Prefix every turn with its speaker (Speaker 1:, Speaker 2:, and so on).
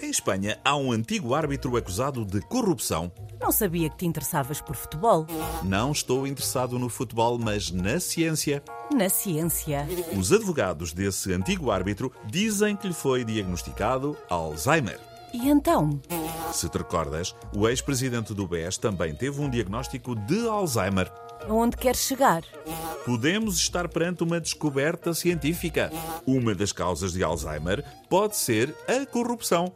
Speaker 1: Em Espanha, há um antigo árbitro acusado de corrupção.
Speaker 2: Não sabia que te interessavas por futebol.
Speaker 1: Não estou interessado no futebol, mas na ciência.
Speaker 2: Na ciência.
Speaker 1: Os advogados desse antigo árbitro dizem que lhe foi diagnosticado Alzheimer.
Speaker 2: E então?
Speaker 1: Se te recordas, o ex-presidente do BES também teve um diagnóstico de Alzheimer.
Speaker 2: Aonde queres chegar?
Speaker 1: Podemos estar perante uma descoberta científica. Uma das causas de Alzheimer pode ser a corrupção.